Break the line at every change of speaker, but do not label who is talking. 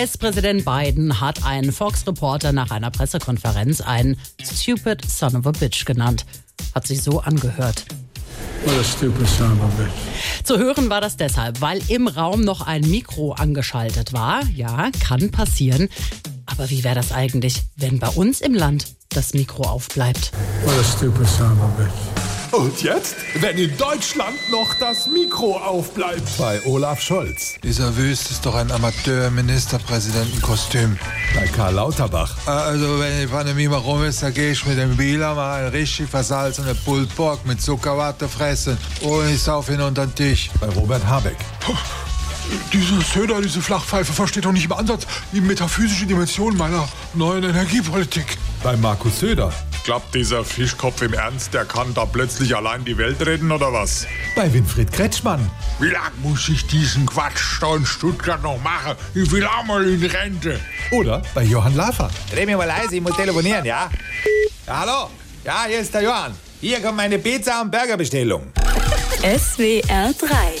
US-Präsident Biden hat einen Fox-Reporter nach einer Pressekonferenz einen Stupid Son of a Bitch genannt. Hat sich so angehört.
What a stupid son of a bitch.
Zu hören war das deshalb, weil im Raum noch ein Mikro angeschaltet war. Ja, kann passieren. Aber wie wäre das eigentlich, wenn bei uns im Land das Mikro aufbleibt?
What a stupid son of a bitch.
Und jetzt, wenn in Deutschland noch das Mikro aufbleibt.
bei Olaf Scholz,
Dieser Wüst ist doch ein Amateur-Ministerpräsidentenkostüm.
bei Karl Lauterbach,
Äh, Also wenn die Pandemie mal rum ist, da gehe ich mit dem Bieler mal einen richtig versalzenen Pulled Pork mit Zuckerwatte fressen. Und ich sauf ihn unter den Tisch.
bei Robert Habeck,
Diese Söder, diese Flachpfeife versteht doch nicht im Ansatz die metaphysische Dimension meiner neuen Energiepolitik.
bei Markus Söder,
Glaubt dieser Fischkopf im Ernst, der kann da plötzlich allein die Welt retten oder was?
bei Winfried Kretschmann,
Wie lange muss ich diesen Quatsch da in Stuttgart noch machen? Ich will auch mal in Rente.
oder bei Johann Lafer,
Dreh mir mal leise, ich muss telefonieren, ja? ja? Hallo? Ja, hier ist der Johann. Hier kommt meine Pizza- und Burgerbestellung.
SWR 3